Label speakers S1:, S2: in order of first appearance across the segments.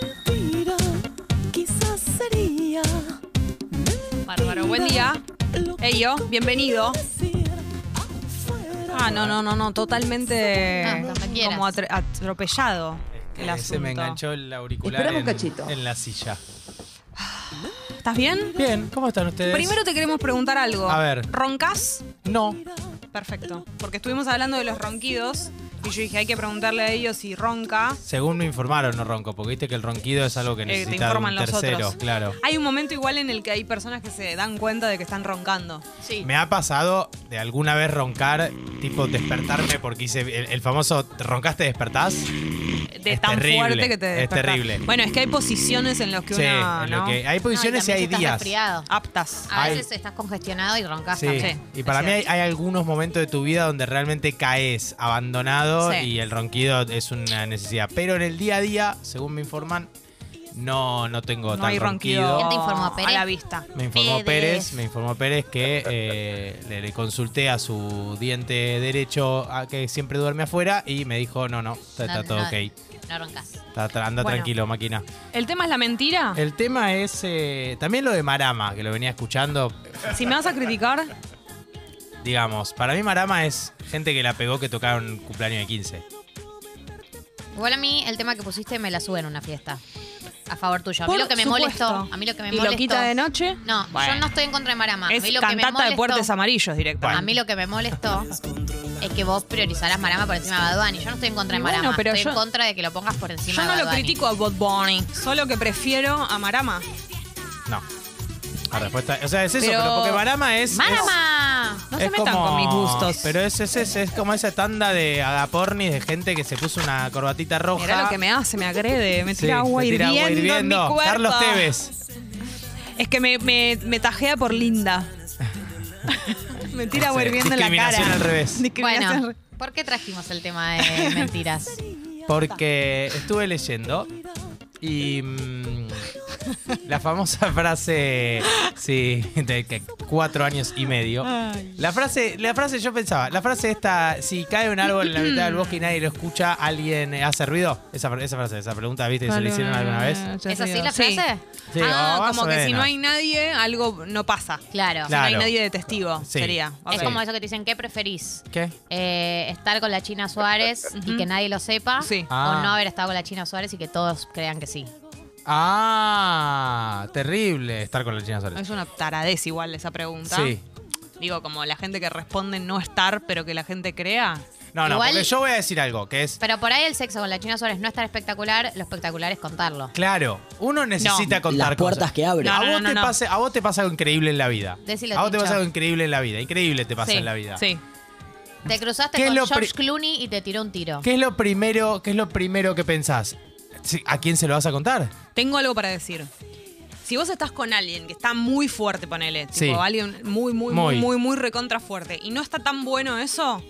S1: Mentira, quizás sería.
S2: Bárbaro, buen día.
S1: lo que
S2: Ello,
S1: tú
S2: bienvenido.
S1: quieres decir afuera.
S2: Ah, no, no, no, no, totalmente
S3: Ah, cuando quieras.
S2: como atre- atropellado el
S4: Eh,
S2: asunto.
S4: Se me enganchó el auricular
S5: Esperame un
S4: en,
S5: cachito.
S4: en la silla.
S2: ¿Estás bien?
S4: Bien, ¿cómo están ustedes?
S2: Primero te queremos preguntar algo.
S4: A ver.
S2: ¿Roncas?
S4: No,
S2: Perfecto. Porque estuvimos hablando de los ronquidos y yo dije, hay que preguntarle a ellos si ronca.
S4: según me informaron, no ronco, porque viste que el ronquido es algo que
S2: Eh, te
S4: necesita de
S2: informan
S4: un
S2: los
S4: tercero,
S2: otros.
S4: claro.
S2: Hay un momento igual en el que hay personas que se dan cuenta de que están roncando.
S3: Sí.
S4: Me ha pasado de alguna vez roncar, tipo despertarme porque hice el, el famoso ¿roncaste despertás?
S2: De
S4: Es
S2: tan
S4: terrible,
S2: fuerte que te
S4: es
S2: despertás.
S4: terrible.
S2: Bueno, es que hay posiciones en las que
S4: sí,
S2: uno
S4: en
S2: ¿no?
S4: lo que- hay
S3: No,
S4: posiciones y
S3: también
S4: hay
S3: si estás
S4: días.
S3: resfriado.
S2: aptas.
S3: A
S4: Hay-
S3: veces estás congestionado y roncas
S4: Sí.
S3: también.
S2: Sí,
S4: y para
S2: es
S4: mí hay, hay algunos momentos de tu vida donde realmente caes abandonado
S2: Sí.
S4: y el ronquido es una necesidad. Pero en el día a día, según me informan, no, no tengo
S2: No
S4: tan
S2: hay ronquido
S3: ¿Quién te informó, Pérez?
S2: a la vista.
S4: Me informó
S3: Pérez.
S4: Pérez, me informó Pérez que eh, le, le consulté a su diente derecho a que siempre duerme afuera y me dijo, no, no, está, está
S3: No,
S4: todo
S3: no,
S4: ok.
S3: No roncas.
S4: Está, tra- anda
S2: Bueno. Ah.
S4: tranquilo, máquina.
S2: ¿El tema es la mentira?
S4: El tema es eh, también lo de Marama, que lo venía escuchando.
S2: Si me vas a criticar,
S4: Digamos, para mí Marama es gente que la pegó que tocaron cumpleaños de 15.
S3: Igual a mí el tema que pusiste me la sube en una fiesta. A favor tuyo. A mí
S2: Por
S3: lo que me
S2: supuesto.
S3: molestó. A mí lo que me
S2: ¿Y lo
S3: molestó.
S2: quita de noche?
S3: No,
S2: Bueno.
S3: yo no estoy en contra de Marama. Ah, a
S2: es
S3: mí lo que me
S2: cantata de
S3: molestó,
S2: puertes amarillos directamente.
S3: A mí lo que me molestó es que vos priorizarás Marama por encima de Bad Bunny. Yo no estoy en contra de
S2: Y bueno,
S3: Marama.
S2: pero
S3: estoy en
S2: yo-
S3: contra de que lo pongas por encima
S2: Yo
S3: de
S2: no
S3: Bad
S2: lo
S3: Bunny.
S2: critico a Bot Bunny, solo que prefiero a Marama.
S4: No. La respuesta, o sea, es eso,
S2: Pero-
S4: pero, porque Marama es... es-
S3: ¡Marama!
S2: No se
S4: es
S2: metan
S4: como-
S2: con mis gustos.
S4: Pero es, es, es- es como esa tanda de agapornis de gente que se puso una corbatita roja.
S2: Mirá lo que me hace, me agrede, me
S4: Sí,
S2: tira agua
S4: me tira
S2: hirviendo
S4: agua
S2: en mi
S4: hirviendo.
S2: cuerpo.
S4: Carlos Tevez.
S2: Es que me, me, me tajea por linda. me tira agua
S4: Sí,
S2: hirviendo en la cara.
S4: discriminación al revés.
S2: Discriminación al
S3: Bueno,
S2: revés.
S3: ¿por qué trajimos el tema de mentiras?
S4: Porque estuve leyendo y mm, la famosa frase, sí, de que cuatro años y
S2: Ah.
S4: medio. La frase, la frase yo pensaba, la frase esta, si cae un árbol en la mitad del bosque y nadie lo escucha, ¿alguien eh, hace ruido? Esa, fr- esa frase, esa pregunta, ¿viste? ¿Se la hicieron alguna vez?
S3: ¿Es así la
S2: Sí.
S3: frase?
S4: Sí, oh,
S2: ah,
S4: o más
S2: como
S4: o
S2: que si
S4: menos.
S2: no hay nadie, algo no pasa.
S3: Claro.
S2: Si no hay
S4: Claro.
S2: nadie de testigo,
S4: Sí.
S2: sería.
S4: Es
S3: Es
S2: Ok.
S3: como eso que te dicen, ¿qué preferís?
S4: ¿Qué?
S3: Eh, estar con la China Suárez y que nadie lo sepa.
S2: Sí.
S4: Ah.
S3: O no haber estado con la China Suárez y que todos crean que sí.
S4: Ah, terrible estar con la China Suárez.
S2: Es una taradez igual esa pregunta.
S4: Sí.
S2: Digo, como la gente que responde no estar, pero que la gente crea.
S4: No, no,
S3: Igual-
S4: porque yo voy a decir algo, que es,
S3: Pero por ahí el sexo con la China Suárez no es tan espectacular, lo espectacular es contarlo.
S4: claro, uno necesita contar
S5: Las puertas
S4: cosas.
S5: que abren.
S2: No,
S4: a, vos
S2: no,
S4: te
S2: no.
S4: pase- a vos te pasa algo increíble en la vida.
S3: Decilo,
S4: a vos te
S3: Tincho.
S4: pasa algo increíble en la vida. Increíble te pasa
S2: sí,
S4: en la vida.
S2: Sí.
S3: Te cruzaste
S4: ¿Qué es
S3: con
S4: lo
S3: George
S4: pri-
S3: Clooney y te tiró un tiro.
S4: ¿Qué es lo primero, qué es lo primero que pensás? Sí, ¿A quién se lo vas a contar?
S2: Tengo algo para decir. Si vos estás con alguien que está muy fuerte, ponele,
S4: Sí.
S2: tipo alguien muy, muy, muy,
S4: Muy.
S2: muy, muy recontra fuerte, y no está tan bueno eso,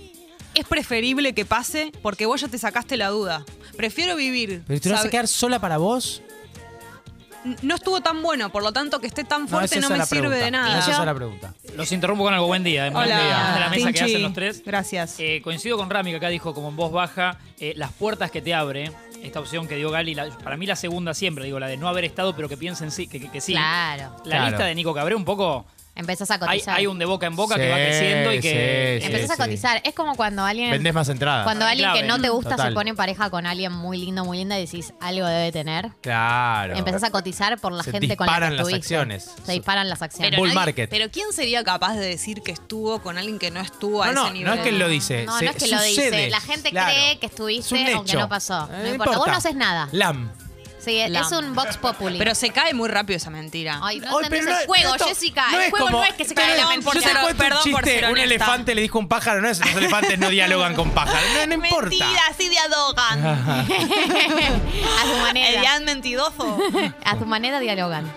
S2: es preferible que pase porque vos ya te sacaste la duda. Prefiero vivir.
S4: ¿Pero te lo vas a
S2: sabe-
S4: quedar sola para vos?
S2: No estuvo tan bueno, por lo tanto que esté tan fuerte
S4: esa
S2: no,
S4: es
S2: me
S4: la
S2: sirve
S4: pregunta.
S2: de nada.
S4: No, esa es la pregunta.
S6: Los interrumpo con algo. Buen día. eh, Buen
S2: Hola,
S6: día. De la mesa que
S2: Tinchi.
S6: hacen los tres.
S2: Gracias.
S6: Eh, coincido con Rami que acá dijo como en voz baja eh, las puertas que te abre. Esta opción que dio Gali, la- para mí la segunda siempre, digo, la de no haber estado, pero que piensen sí, que, que- que sí.
S3: Claro.
S6: La
S4: Claro.
S6: lista de Nico Cabré un poco.
S3: Empezás a
S6: Hay,
S3: cotizar.
S6: hay un de boca en boca
S4: Sí,
S6: que va creciendo y que.
S4: sí,
S3: Empezás a cotizar. Es como cuando alguien.
S4: Vendés más entradas.
S3: Cuando alguien que
S6: Clave.
S3: no te gusta se
S4: Total.
S3: pone en pareja con alguien muy lindo, muy linda y decís algo debe tener.
S4: Claro.
S3: Empezás a cotizar por la
S4: Se
S3: gente con la que
S4: disparan las
S3: estuviste.
S4: acciones.
S3: Se disparan las acciones.
S4: Bull market.
S2: pero ¿quién sería capaz de decir que estuvo con alguien que no estuvo a
S4: No,
S2: ese
S4: no,
S2: nivel?
S4: no es que lo dice.
S3: No,
S4: se-
S3: no es que lo dice,
S4: sucede.
S3: la gente
S4: Claro.
S3: cree que estuviste,
S4: Es un
S3: aunque
S4: hecho.
S3: no pasó.
S4: Eh,
S3: No importa, vos no haces nada.
S4: Lam.
S3: Sí, es-
S2: La-
S3: es un Vox Populi.
S2: Pero se cae muy rápido esa mentira.
S3: Ay, no
S4: Hoy,
S3: entendés
S4: pero
S3: el juego,
S4: esto-
S3: Jessica.
S4: no
S3: el juego
S4: como-
S3: no es que se
S4: pero
S3: cae la
S2: no,
S4: Yo
S2: mentira.
S3: mentira.
S4: te
S2: Perdón,
S4: cuento un
S2: perdón por
S4: chiste,
S2: ser
S4: un
S2: honesta.
S4: elefante le dijo a un pájaro, no es, los elefantes no dialogan con pájaros, no, no importa.
S2: Mentiras y dialogan.
S3: A su manera.
S2: Elian mentidoso.
S3: A su manera dialogan.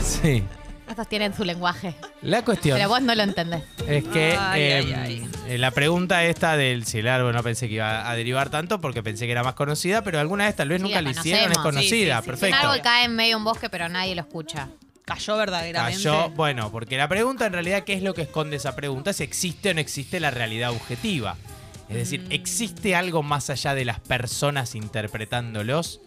S4: Sí.
S3: Estos tienen su lenguaje.
S4: La cuestión
S3: Pero vos no lo entendés.
S4: es que
S2: Ay,
S4: eh,
S2: ay, ay.
S4: eh, la pregunta esta del si el árbol no pensé que iba a derivar tanto porque pensé que era más conocida, pero alguna de estas tal vez
S3: Sí,
S4: nunca
S3: la
S4: la hicieron, es
S3: conocemos.
S2: Sí,
S4: conocida,
S2: sí, sí,
S3: Un
S4: perfecto.
S3: árbol cae en medio de un bosque, pero nadie lo escucha.
S2: Cayó verdaderamente.
S4: Cayó, Ah, bueno, porque la pregunta en realidad, ¿qué es lo que esconde esa pregunta? Si existe o no existe la realidad objetiva.
S3: Mm.
S4: Es decir, ¿existe algo más allá de las personas interpretándolos?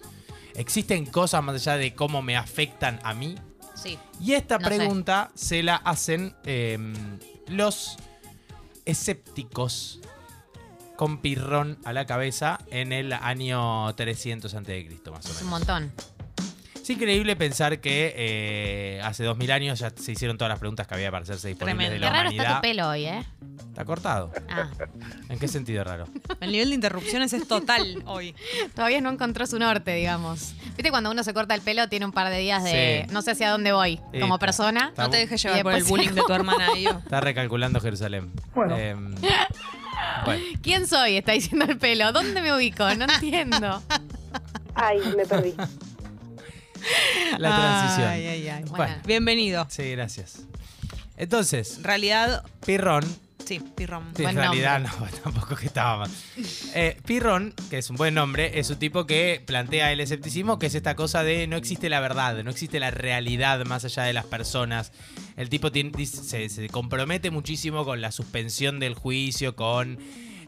S4: ¿Existen cosas más allá de cómo me afectan a mí?
S3: Sí.
S4: Y esta
S3: No sé.
S4: pregunta se la hacen eh, los escépticos con pirrón a la cabeza en el año 300 a.C. más
S3: Es
S4: o menos.
S3: un montón.
S4: Es increíble pensar que eh, hace 2000 años ya se hicieron todas las preguntas que había para hacerse disponibles
S2: Tremendo.
S4: de
S3: Qué
S4: la
S3: raro está
S4: humanidad.
S3: tu pelo hoy, ¿eh?
S4: Está cortado.
S3: Ah,
S4: ¿En qué sentido es raro?
S2: El nivel de interrupciones es total hoy.
S3: todavía no encontró su norte, digamos. Viste cuando uno se corta el pelo tiene un par de días de
S4: Sí.
S3: no sé hacia dónde voy
S4: Eh,
S3: como
S4: está-
S3: persona.
S4: está-
S2: No te dejes llevar
S3: Bien,
S2: por el
S3: pues,
S2: bullying de tu hermana, yo.
S4: Está recalculando Jerusalén. Eh, bueno.
S3: ¿Quién soy? Está diciendo el pelo. ¿Dónde me ubico? No entiendo.
S5: Ay, me perdí.
S4: la transición.
S2: Ay, ay, ay.
S4: Bueno.
S3: Bueno.
S2: Bienvenido.
S4: Sí, gracias. Entonces,
S2: En realidad,
S4: pirrón
S2: sí, pirrón.
S4: Sí,
S3: Buen
S4: en realidad no, tampoco que estaba mal. Eh, Pirrón, que es un buen nombre, es un tipo que plantea el escepticismo, que es esta cosa de no existe la verdad, no existe la realidad más allá de las personas. El tipo tien- dice- se, se compromete muchísimo con la suspensión del juicio, con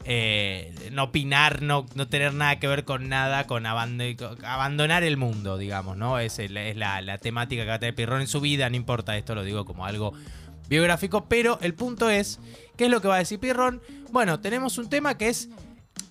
S4: eh, no opinar, no, no tener nada que ver con nada, con, abando- con abandonar el mundo, digamos, ¿no? Es, el- es la, la temática que va a tener Pirrón en su vida, no importa, esto lo digo como algo biográfico, pero el punto es, ¿qué es lo que va a decir Pirrón? Bueno, tenemos un tema que es,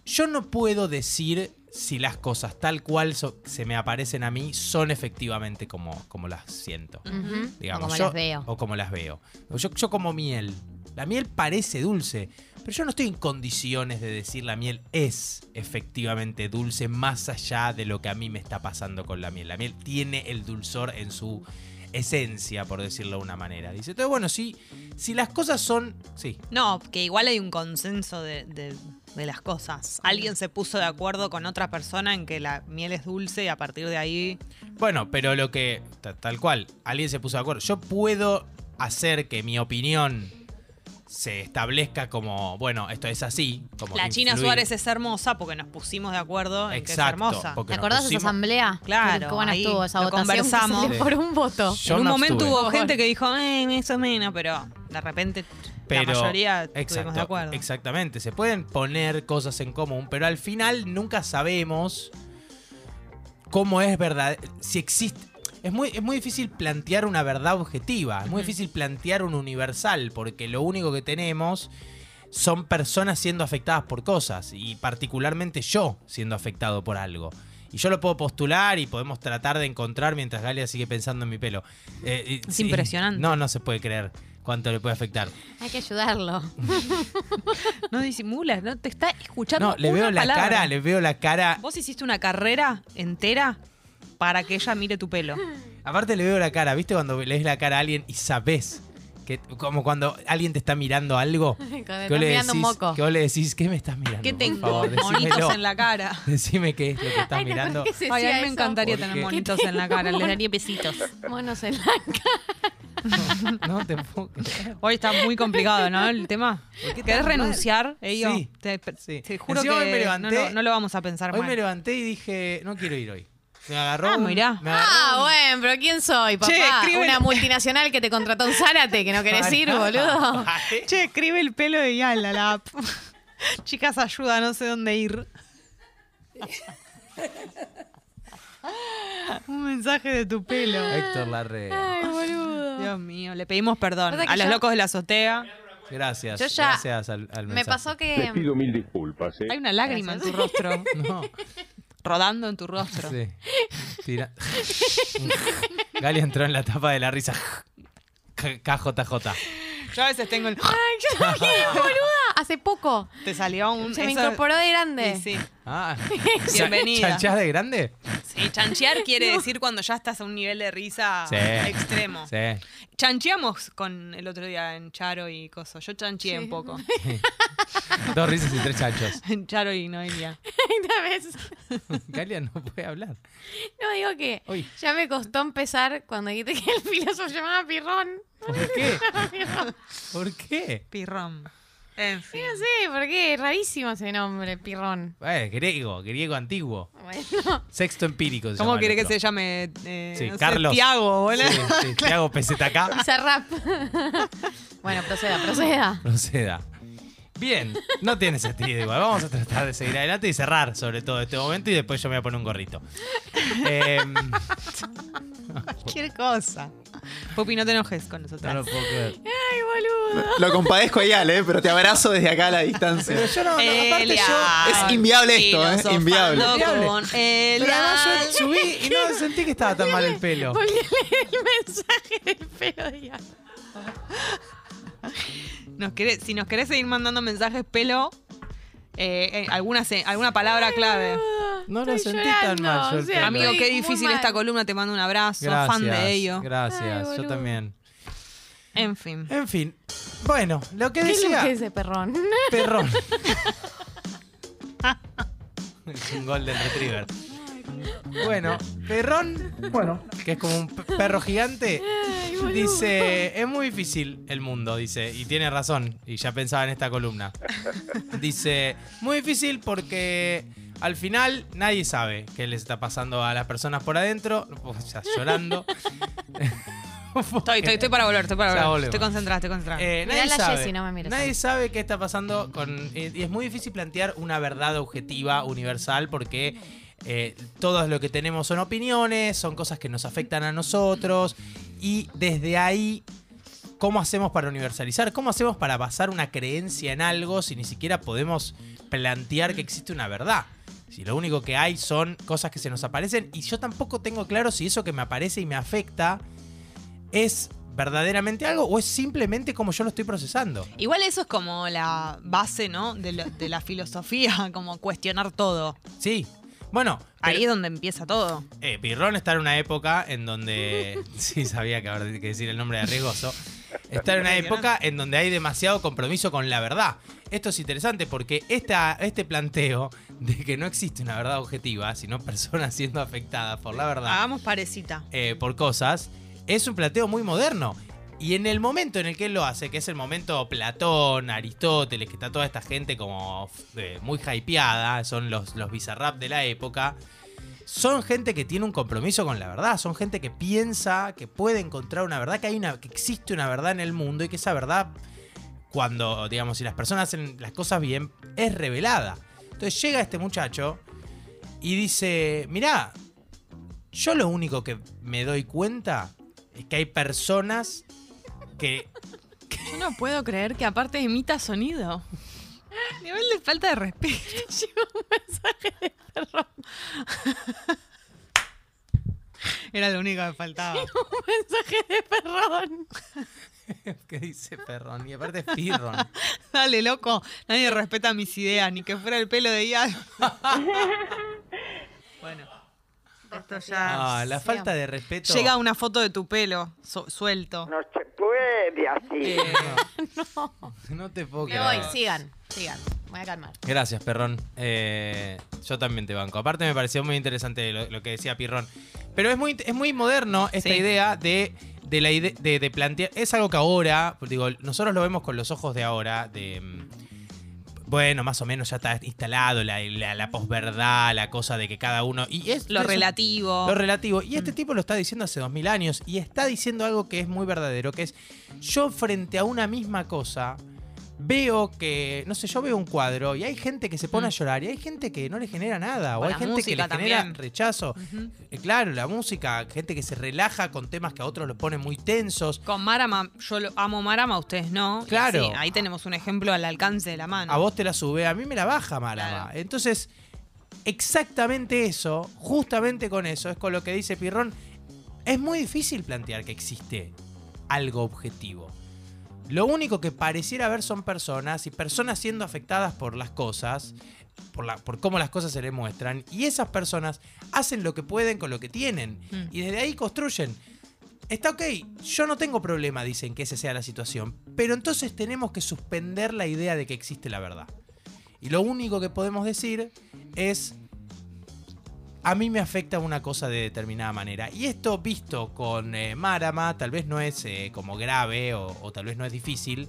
S4: yo no puedo decir si las cosas tal cual so- se me aparecen a mí son efectivamente como, como las siento.
S3: Ujú. O
S4: Digamos,
S3: como
S4: yo-
S3: las veo.
S4: O como las veo. Yo, yo como miel. La miel parece dulce, pero yo no estoy en condiciones de decir la miel es efectivamente dulce más allá de lo que a mí me está pasando con la miel. La miel tiene el dulzor en su esencia, por decirlo de una manera. Dice, entonces bueno, si, si las cosas son... Sí,
S2: No, que igual hay un consenso de, de- de las cosas. Alguien se puso de acuerdo con otra persona en que la miel es dulce y a partir de ahí.
S4: Bueno, pero lo que. ta- Tal cual, alguien se puso de acuerdo. Yo puedo hacer que mi opinión se establezca como, bueno, esto es así. Como
S2: la
S4: que
S2: China
S4: influir.
S2: Suárez es hermosa porque nos pusimos de acuerdo en que es
S4: Exacto,
S2: hermosa.
S4: porque
S3: ¿Te
S4: nos
S3: acordás de esa
S4: pusimos-
S3: asamblea?
S2: Claro,
S3: Qué buena
S2: ahí
S3: estuvo esa
S2: lo
S3: votación. que se
S2: conversamos.
S3: salió
S4: Sí.
S3: por un voto.
S4: Yo
S2: en un
S4: me
S2: momento
S4: abstuve.
S2: hubo gente que dijo, "Ay, eso es menos, pero de repente
S4: Pero-
S2: la mayoría
S4: Exacto,
S2: estuvimos de acuerdo.
S4: Exactamente, se pueden poner cosas en común, pero al final nunca sabemos cómo es verdad, si existe. Es muy, es muy difícil plantear una verdad objetiva, es muy difícil plantear un universal, porque lo único que tenemos son personas siendo afectadas por cosas, y particularmente yo siendo afectado por algo. Y yo lo puedo postular y podemos tratar de encontrar mientras Galia sigue pensando en mi pelo. Eh, eh,
S2: Es
S4: sí.
S2: impresionante.
S4: No, no se puede creer cuánto le puede afectar.
S3: Hay que ayudarlo.
S2: No disimulas, no te está escuchando.
S4: No, le
S2: una
S4: veo la
S2: palabra.
S4: cara, le veo la cara.
S2: Vos hiciste una carrera entera para que ella mire tu pelo.
S4: Ah, Aparte le veo la cara, ¿viste? Cuando lees la cara a alguien y sabes que como cuando alguien te está mirando algo,
S3: Cuando te
S4: que
S3: estás
S4: vos le
S3: mirando
S4: decís,
S3: un moco.
S4: que vos le decís, ¿qué me estás mirando?
S2: ¿Qué
S4: por
S2: tengo?
S4: favor? Decímelo.
S2: Monitos en la cara.
S4: Decime qué es lo que estás
S3: Ay, ¿te acordás
S4: mirando.
S3: que se
S2: Ay, a mí
S3: decía
S2: me
S3: eso?
S2: encantaría
S4: ¿Por
S2: tener
S4: qué?
S2: monitos en la cara, les daría besitos.
S3: Monos en la
S4: No te puedo creer.
S2: Hoy está muy complicado, ¿no? El tema. ¿Querés renunciar, Eyo?
S4: Sí,
S2: te,
S4: sí.
S2: te juro
S4: Encima
S2: que
S4: hoy me
S2: no,
S4: levanté-
S2: lo- no lo vamos a pensar
S4: Hoy
S2: mal.
S4: me levanté y dije, no quiero ir hoy. Me agarró.
S2: Ah,
S4: un-
S2: mirá.
S4: me agarró
S3: Ah,
S4: un-
S3: bueno, pero ¿quién soy, papá?
S2: Che, escribe-
S3: Una multinacional que te contrató en Zárate, que no querés ir, boludo.
S2: Che, escribe el pelo de Yala la app. Chicas, ayuda, no sé dónde ir. Un mensaje de tu pelo.
S4: Héctor Larre.
S2: Dios mío, le pedimos perdón
S3: Pasa que
S2: a los
S3: yo-
S2: locos de la azotea.
S4: Gracias.
S3: Yo ya-
S4: Gracias al, al
S3: Me
S4: mensaje.
S3: pasó
S7: Les
S3: que.
S7: pido mil disculpas, ¿eh?
S2: Hay una lágrima en tu rostro,
S4: No.
S2: rodando en tu rostro.
S4: Sí. Tira. Gali entró en la tapa de la risa. K- KJJ.
S2: Yo a veces tengo el...
S3: ¡Boluda! Hace poco.
S2: Te salió un...
S3: Se me
S2: eso-
S3: incorporó de grande.
S2: Sí, sí.
S4: Ah.
S2: Bienvenida.
S4: ¿Chanchás de grande?
S2: Sí, chanchear quiere decir cuando ya estás a un nivel de risa
S4: Sí.
S2: Ah, extremo.
S4: Sí.
S2: Chancheamos con el otro día en Charo y Coso. Yo chancheé un poco.
S4: Dos risas y tres chanchos.
S2: En Charo y Noelia.
S3: Una vez.
S4: Galia no puede hablar.
S3: No digo que.
S4: Uy.
S3: Ya me costó empezar cuando dijiste que el filósofo llamaba Pirrón.
S4: ¿Por qué?
S3: Pirrón.
S4: ¿Por qué?
S2: Pirrón. En fin.
S3: No sé, ¿por qué? Es Rarísimo ese nombre, Pirrón.
S4: Eh, griego, griego antiguo.
S3: Bueno.
S4: Sexto empírico. Se
S2: ¿Cómo
S4: quiere
S2: quiere que se llame? eh,
S4: Sí,
S2: no sé,
S4: Carlos.
S2: Tiago, boludo.
S4: Sí, sí, Tiago PZK.
S3: Bizarrap. bueno, proceda, proceda.
S4: Proceda. Bien, no tiene sentido igual. Vamos a tratar de seguir adelante y cerrar sobre todo este momento y después yo me voy a poner un gorrito. Em,
S2: Cualquier cosa. Pupi, no te enojes con nosotros.
S4: no lo puedo creer.
S7: Lo compadezco a Yal, eh, pero te abrazo desde acá a la distancia.
S4: Pero yo no, no, aparte yo...
S7: es inviable esto, ¿eh?
S2: Filosofando
S7: Inviable.
S2: Con el
S4: Pero además yo subí y no sentí que estaba tan mal el pelo.
S2: Nos querés- si nos querés seguir mandando mensajes, pelo, eh, eh, alguna, se- alguna palabra clave.
S4: No lo
S8: Estoy
S4: sentí tan
S8: llorando,
S4: mal yo el
S8: o sea,
S4: pelo.
S2: Amigo,
S8: Estoy
S2: qué
S8: muy
S2: difícil
S8: mal.
S2: esta columna. Te mando un abrazo.
S4: gracias,
S2: fan de ello.
S4: Gracias, yo también.
S2: En fin.
S4: En fin, bueno, lo que
S8: ¿Qué es lo
S4: decía
S8: que es ese perrón?
S4: perrón. es un gol del retriever. Bueno, perrón, bueno, que es como un pe- perro gigante, dice, es muy difícil el mundo, dice, y tiene razón, y ya pensaba en esta columna. Dice, muy difícil porque al final nadie sabe qué les está pasando a las personas por adentro, o sea, llorando.
S2: Estoy, estoy, estoy para volver, estoy para
S4: Ya
S2: volver.
S4: volvemos.
S2: Estoy concentrada, estoy concentrada.
S4: Eh,
S3: Mirá
S4: nadie
S3: la
S4: sabe,
S3: Jessi, no me mires
S4: nadie
S3: así.
S4: sabe qué está pasando con... eh, Y es muy difícil plantear una verdad objetiva, universal, porque eh, todo lo que tenemos son opiniones, son cosas que nos afectan a nosotros, y desde ahí, ¿cómo hacemos para universalizar? ¿Cómo hacemos para basar una creencia en algo si ni siquiera podemos plantear que existe una verdad? Si lo único que hay son cosas que se nos aparecen y yo tampoco tengo claro si eso que me aparece y me afecta es verdaderamente algo o es simplemente como yo lo estoy procesando.
S2: Igual eso es como la base, ¿no? De, lo- de la filosofía, como cuestionar todo.
S4: Sí. Bueno,
S2: Ahí es
S4: pero-
S2: donde empieza todo.
S4: eh, Pirrón está en una época en donde. sí, sabía que habrá que decir el nombre de riesgoso. Está en una época en donde hay demasiado compromiso con la verdad. Esto es interesante porque esta, este planteo de que no existe una verdad objetiva, sino personas siendo afectadas por la verdad.
S2: Hagamos parecita.
S4: eh, por cosas, es un plateo muy moderno. Y en el momento en el que él lo hace, que es el momento Platón, Aristóteles, que está toda esta gente como eh, muy hypeada, son los, los bizarrap de la época, son gente que tiene un compromiso con la verdad, son gente que piensa que puede encontrar una verdad, que, hay una, que existe una verdad en el mundo y que esa verdad, cuando, digamos, si las personas hacen las cosas bien, es revelada. Entonces llega este muchacho y dice, mirá, yo lo único que me doy cuenta es que hay personas que...
S2: Yo no puedo creer que aparte imita sonido. Nivel de falta de respeto. Era lo único que faltaba.
S4: ¿Qué dice perrón? Y aparte es pirrón.
S3: Ah,
S2: Dale, loco. Nadie respeta mis ideas, ni que fuera el pelo de Ian. bueno. Esto ya.
S4: Ah, la falta de respeto.
S2: Llega una foto de tu pelo su- suelto.
S5: No se puede
S4: Eh,
S5: así.
S4: No te puedo
S3: Me
S4: creer.
S3: voy, sigan, sigan. Voy a calmar.
S4: Gracias, Perrón. Eh, yo también te banco. Aparte me pareció muy interesante lo, lo que decía Pirrón. Pero es muy, es muy moderno esta
S2: Sí.
S4: idea de, de la ide- de, de plantear... Es algo que ahora, digo, nosotros lo vemos con los ojos de ahora, de... mm, Bueno, más o menos ya está instalado la, la, la posverdad, la cosa de que cada uno... Y es,
S2: Lo
S4: es-
S2: relativo.
S4: Lo relativo. Y este tipo lo está diciendo hace 2000 años y está diciendo algo que es muy verdadero, que es yo frente a una misma cosa veo que, no sé, yo veo un cuadro y hay gente que se pone a
S2: Mm.
S4: llorar y hay gente que no le genera nada o,
S2: O
S4: hay
S2: la
S4: gente que le
S2: música
S4: genera
S2: también.
S4: rechazo.
S2: Ujú.
S4: Eh, claro, la música, gente que se relaja con temas que a otros los pone muy tensos.
S2: Con Marama, yo lo amo Marama, ustedes no. Y
S4: Claro.
S2: así, ahí tenemos un ejemplo al alcance de la mano.
S4: A vos te la sube, a mí me la baja Marama.
S2: Claro.
S4: Entonces, exactamente eso, justamente con eso, es con lo que dice Pirrón. Es muy difícil plantear que existe algo objetivo. Lo único que pareciera haber son personas y personas siendo afectadas por las cosas, por, la- por cómo las cosas se les muestran, y esas personas hacen lo que pueden con lo que tienen
S2: Mm.
S4: y desde ahí construyen. Está ok, yo no tengo problema, dicen que esa sea la situación, pero entonces tenemos que suspender la idea de que existe la verdad. Y lo único que podemos decir es, a mí me afecta una cosa de determinada manera. Y esto visto con eh, Marama, tal vez no es eh, como grave o, o tal vez no es difícil,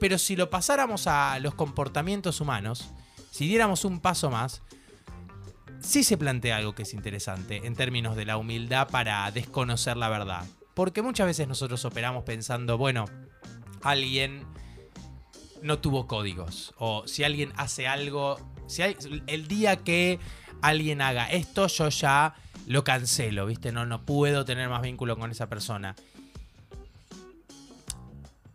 S4: pero si lo pasáramos a los comportamientos humanos, si diéramos un paso más, sí se plantea algo que es interesante en términos de la humildad para desconocer la verdad. Porque muchas veces nosotros operamos pensando, bueno, alguien no tuvo códigos. O si alguien hace algo, si hay- el día que alguien haga esto, yo ya lo cancelo, ¿viste? No, no puedo tener más vínculo con esa persona.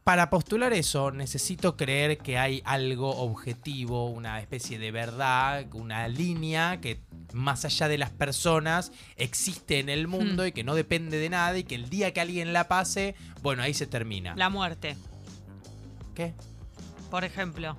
S4: Para postular eso, necesito creer que hay algo objetivo, una especie de verdad, una línea que más allá de las personas existe en el mundo y que no depende de nada y que el día que alguien la pase, bueno, ahí se termina.
S2: La muerte,
S4: ¿Qué?
S2: por ejemplo.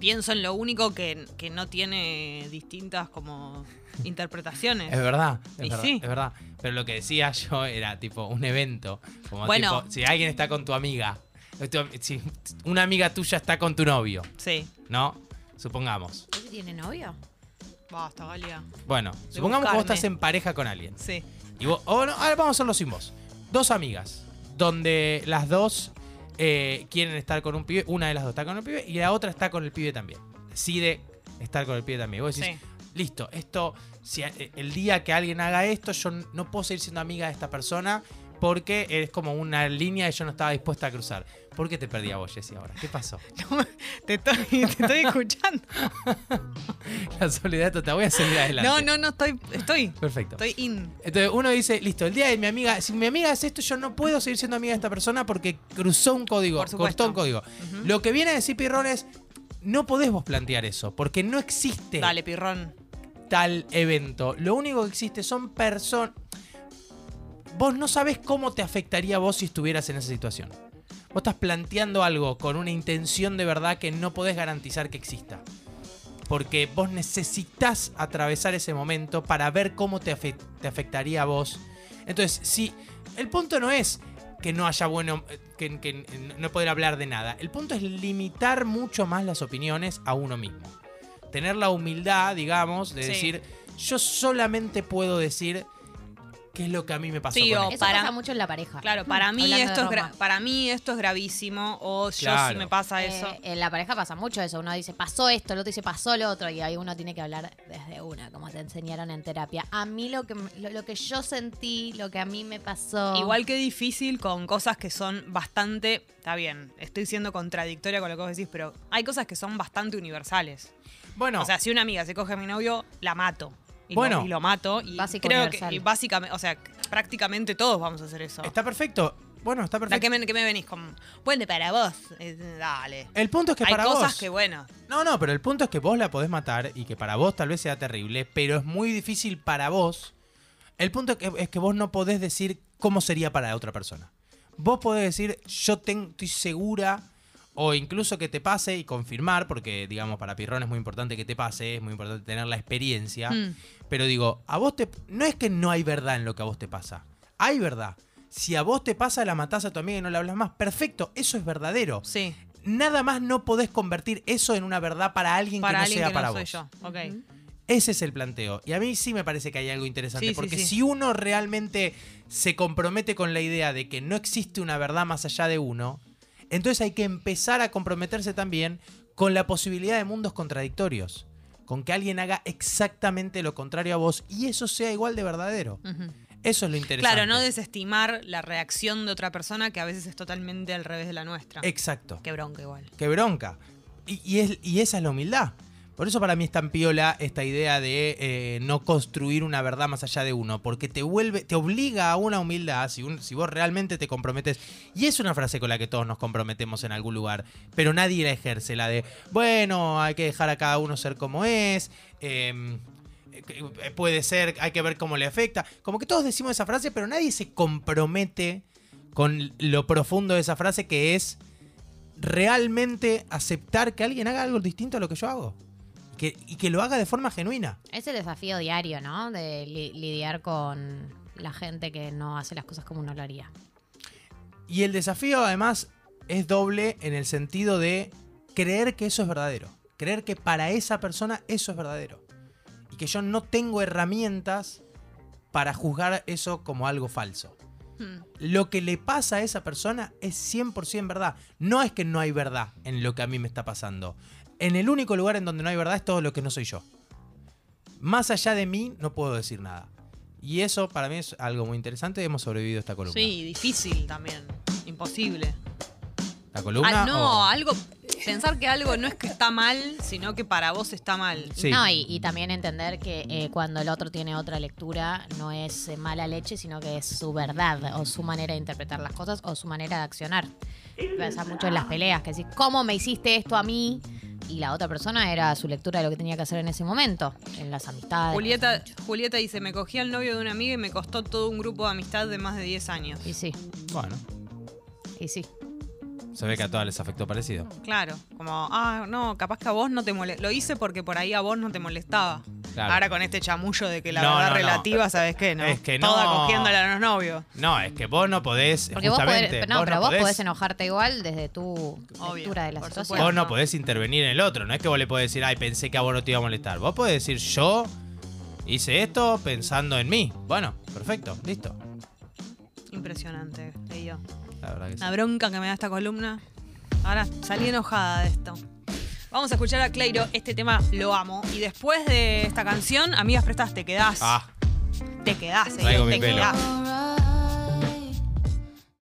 S2: Pienso en lo único que, que no tiene distintas como interpretaciones.
S4: Es verdad, es
S2: Y
S4: verdad,
S2: sí.
S4: es verdad. Pero lo que decía yo era tipo un evento. Como
S2: Bueno.
S4: tipo, si alguien está con tu amiga, eh, tu- si una amiga tuya está con tu novio,
S2: Sí.
S4: ¿no? Supongamos.
S3: ¿Ese tiene novio?
S2: Basta, Galia.
S4: Bueno, supongamos que vos
S2: buscarme.
S4: estás en pareja con alguien.
S2: Sí.
S4: Y vos, o no, ahora vamos a hacerlo sin vos. Dos amigas, donde las dos eh, quieren estar con un pibe, una de las dos está con el pibe y la otra está con el pibe también. Decide estar con el pibe también. Vos decís, listo, esto, si a- el día que alguien haga esto, yo n- no puedo seguir siendo amiga de esta persona porque es como una línea que yo no estaba dispuesta a cruzar. ¿Por qué te perdí a vos, Jessy, ahora? ¿Qué pasó?
S2: Te estoy, te estoy escuchando.
S4: La soledad, te voy a seguir adelante.
S2: No, no, no, estoy. Estoy.
S4: Perfecto.
S2: Estoy in.
S4: Entonces uno dice, listo, el día de mi amiga, si mi amiga hace esto, yo no puedo seguir siendo amiga de esta persona porque cruzó un código,
S2: Por supuesto.
S4: cortó un código.
S2: Ujú.
S4: Lo que viene a decir Pirrón es, no podés vos plantear eso, porque no existe
S2: Dale, pirrón.
S4: tal evento. Lo único que existe son personas... Vos no sabés cómo te afectaría a vos si estuvieras en esa situación. Vos estás planteando algo con una intención de verdad que no podés garantizar que exista. Porque vos necesitas atravesar ese momento para ver cómo te, afe- te afectaría a vos. Entonces, si. El punto no es que no haya bueno. eh, Que, que no poder hablar de nada. El punto es limitar mucho más las opiniones a uno mismo. Tener la humildad, digamos, de
S2: Sí.
S4: decir. Yo solamente puedo decir qué es lo que a mí me pasó.
S2: Sí,
S4: con
S2: o
S4: esto".
S3: Eso
S2: para-
S3: pasa mucho en la pareja.
S2: Claro, para mí,
S3: Hablando de
S2: esto es gra-
S3: Roma.
S2: para mí esto es gravísimo. O yo si
S4: Claro.
S2: me pasa
S3: Eh,
S2: eso.
S3: en la pareja pasa mucho eso. Uno dice pasó esto, el otro dice pasó lo otro. Y ahí uno tiene que hablar desde una, como te enseñaron en terapia. A mí lo que, lo, lo que yo sentí, lo que a mí me
S4: Oh.
S3: pasó.
S2: Igual que difícil con cosas que son bastante. Está bien, estoy siendo contradictoria con lo que vos decís, pero hay cosas que son bastante universales.
S4: Bueno,
S2: O sea, si una amiga se coge a mi novio, la mato. Y,
S4: Bueno.
S2: lo, y lo mato. Y
S3: Básico
S2: creo
S3: universal.
S2: que y básicamente, o sea, prácticamente todos vamos a hacer eso.
S4: está perfecto. Bueno, está
S2: O sea,
S4: perfecto.
S2: ¿qué me, qué me venís con? Bueno, para vos. eh, dale.
S4: El punto es que
S2: hay
S4: para
S2: cosas
S4: vos.
S2: que, bueno,
S4: No, no, pero el punto es que vos la podés matar y que para vos tal vez sea terrible, pero es muy difícil para vos. El punto es que, es que vos no podés decir cómo sería para la otra persona. Vos podés decir, yo ten- estoy segura, o incluso que te pase y confirmar, porque digamos, para Pirrón es muy importante que te pase, es muy importante tener la experiencia. Pero digo, a vos te. No es que no hay verdad en lo que a vos te pasa. Hay verdad. Si a vos te pasa, la matás a tu amiga y no la hablas más. Perfecto, eso es verdadero
S2: sí.
S4: nada más no podés convertir eso en una verdad para alguien
S2: Para
S4: que no
S2: alguien
S4: sea
S2: que
S4: para
S2: no
S4: vos.
S2: soy yo. Ok.
S4: Ese es el planteo. Y a mí sí me parece que hay algo interesante.
S2: Sí, sí,
S4: porque
S2: sí.
S4: si uno realmente se compromete con la idea de que no existe una verdad más allá de uno, entonces hay que empezar a comprometerse también con la posibilidad de mundos contradictorios. Con que alguien haga exactamente lo contrario a vos y eso sea igual de verdadero. Eso es lo interesante.
S2: Claro, no desestimar la reacción de otra persona que a veces es totalmente al revés de la nuestra.
S4: Exacto.
S2: Qué bronca igual.
S4: Qué bronca. Y, y es- y esa es la humildad. Por eso para mí es tan piola esta idea de eh, no construir una verdad más allá de uno, porque te vuelve, te obliga a una humildad si, un- si vos realmente te comprometes. Y es una frase con la que todos nos comprometemos en algún lugar, pero nadie la ejerce, la de, bueno, hay que dejar a cada uno ser como es, em, eh, puede ser, hay que ver cómo le afecta. Como que todos decimos esa frase, pero nadie se compromete con lo profundo de esa frase que es realmente aceptar que alguien haga algo distinto a lo que yo hago. Y que, y que lo haga de forma genuina.
S3: Es el desafío diario, ¿no? De li- lidiar con la gente que no hace las cosas como uno lo haría.
S4: Y el desafío además es doble en el sentido de creer que eso es verdadero. Creer que para esa persona eso es verdadero. Y que yo no tengo herramientas para juzgar eso como algo falso.
S3: Hmm.
S4: Lo que le pasa a esa persona es 100% verdad. No es que no hay verdad en lo que a mí me está pasando. En el único lugar en donde no hay verdad es todo lo que no soy yo. Más allá de mí no puedo decir nada. Y eso para mí es algo muy interesante. Hemos sobrevivido a esta columna.
S2: Sí, difícil también. Imposible.
S4: ¿La columna?
S2: Ah, no,
S4: o-
S2: algo. Pensar que algo no es que está mal, sino que para vos está mal.
S4: Sí.
S3: No, y, y también entender que eh, cuando el otro tiene otra lectura, no es eh, mala leche, sino que es su verdad, o su manera de interpretar las cosas, o su manera de accionar. Pasa mucho en las peleas, que decís, ¿cómo me hiciste esto a mí? Y la otra persona era su lectura de lo que tenía que hacer en ese momento, en las amistades.
S2: Julieta, Julieta dice, me cogí al novio de una amiga y me costó todo un grupo de amistad de más de 10 años.
S3: Y sí,
S4: Bueno,
S3: y sí.
S4: Eh, se ve que a todas les afectó parecido.
S2: Claro, como, ah, no, capaz que a vos no te molestaba. Lo hice porque por ahí a vos no te molestaba.
S4: Claro.
S2: Ahora con este chamullo de que la
S4: No,
S2: verdad
S4: no, no.
S2: relativa, ¿sabes qué? No?
S4: Es que
S2: Toda
S4: no.
S2: cogiéndole a los novios.
S4: No, es que vos no podés,
S3: Porque vos podés,
S4: justamente,
S3: pero no, pero vos
S4: podés,
S3: podés enojarte igual desde tu
S2: Obvio,
S3: lectura de la
S2: por
S3: situación.
S2: supuesto.
S4: vos no podés intervenir en el otro. No es que vos le podés decir, ay, pensé que a vos no te iba a molestar. Vos podés decir, yo hice esto pensando en mí. Bueno, perfecto, listo.
S2: Impresionante, leí yo.
S4: La verdad que sí.
S2: La bronca que me da esta columna. Ahora salí enojada de esto. Vamos a escuchar a Cleiro, este tema lo amo. Y después de esta canción, amigas prestas, te quedás.
S4: Ah,
S2: Te quedás,
S4: Traigo
S2: eh,
S4: mi
S2: te
S4: pelo.
S2: quedás.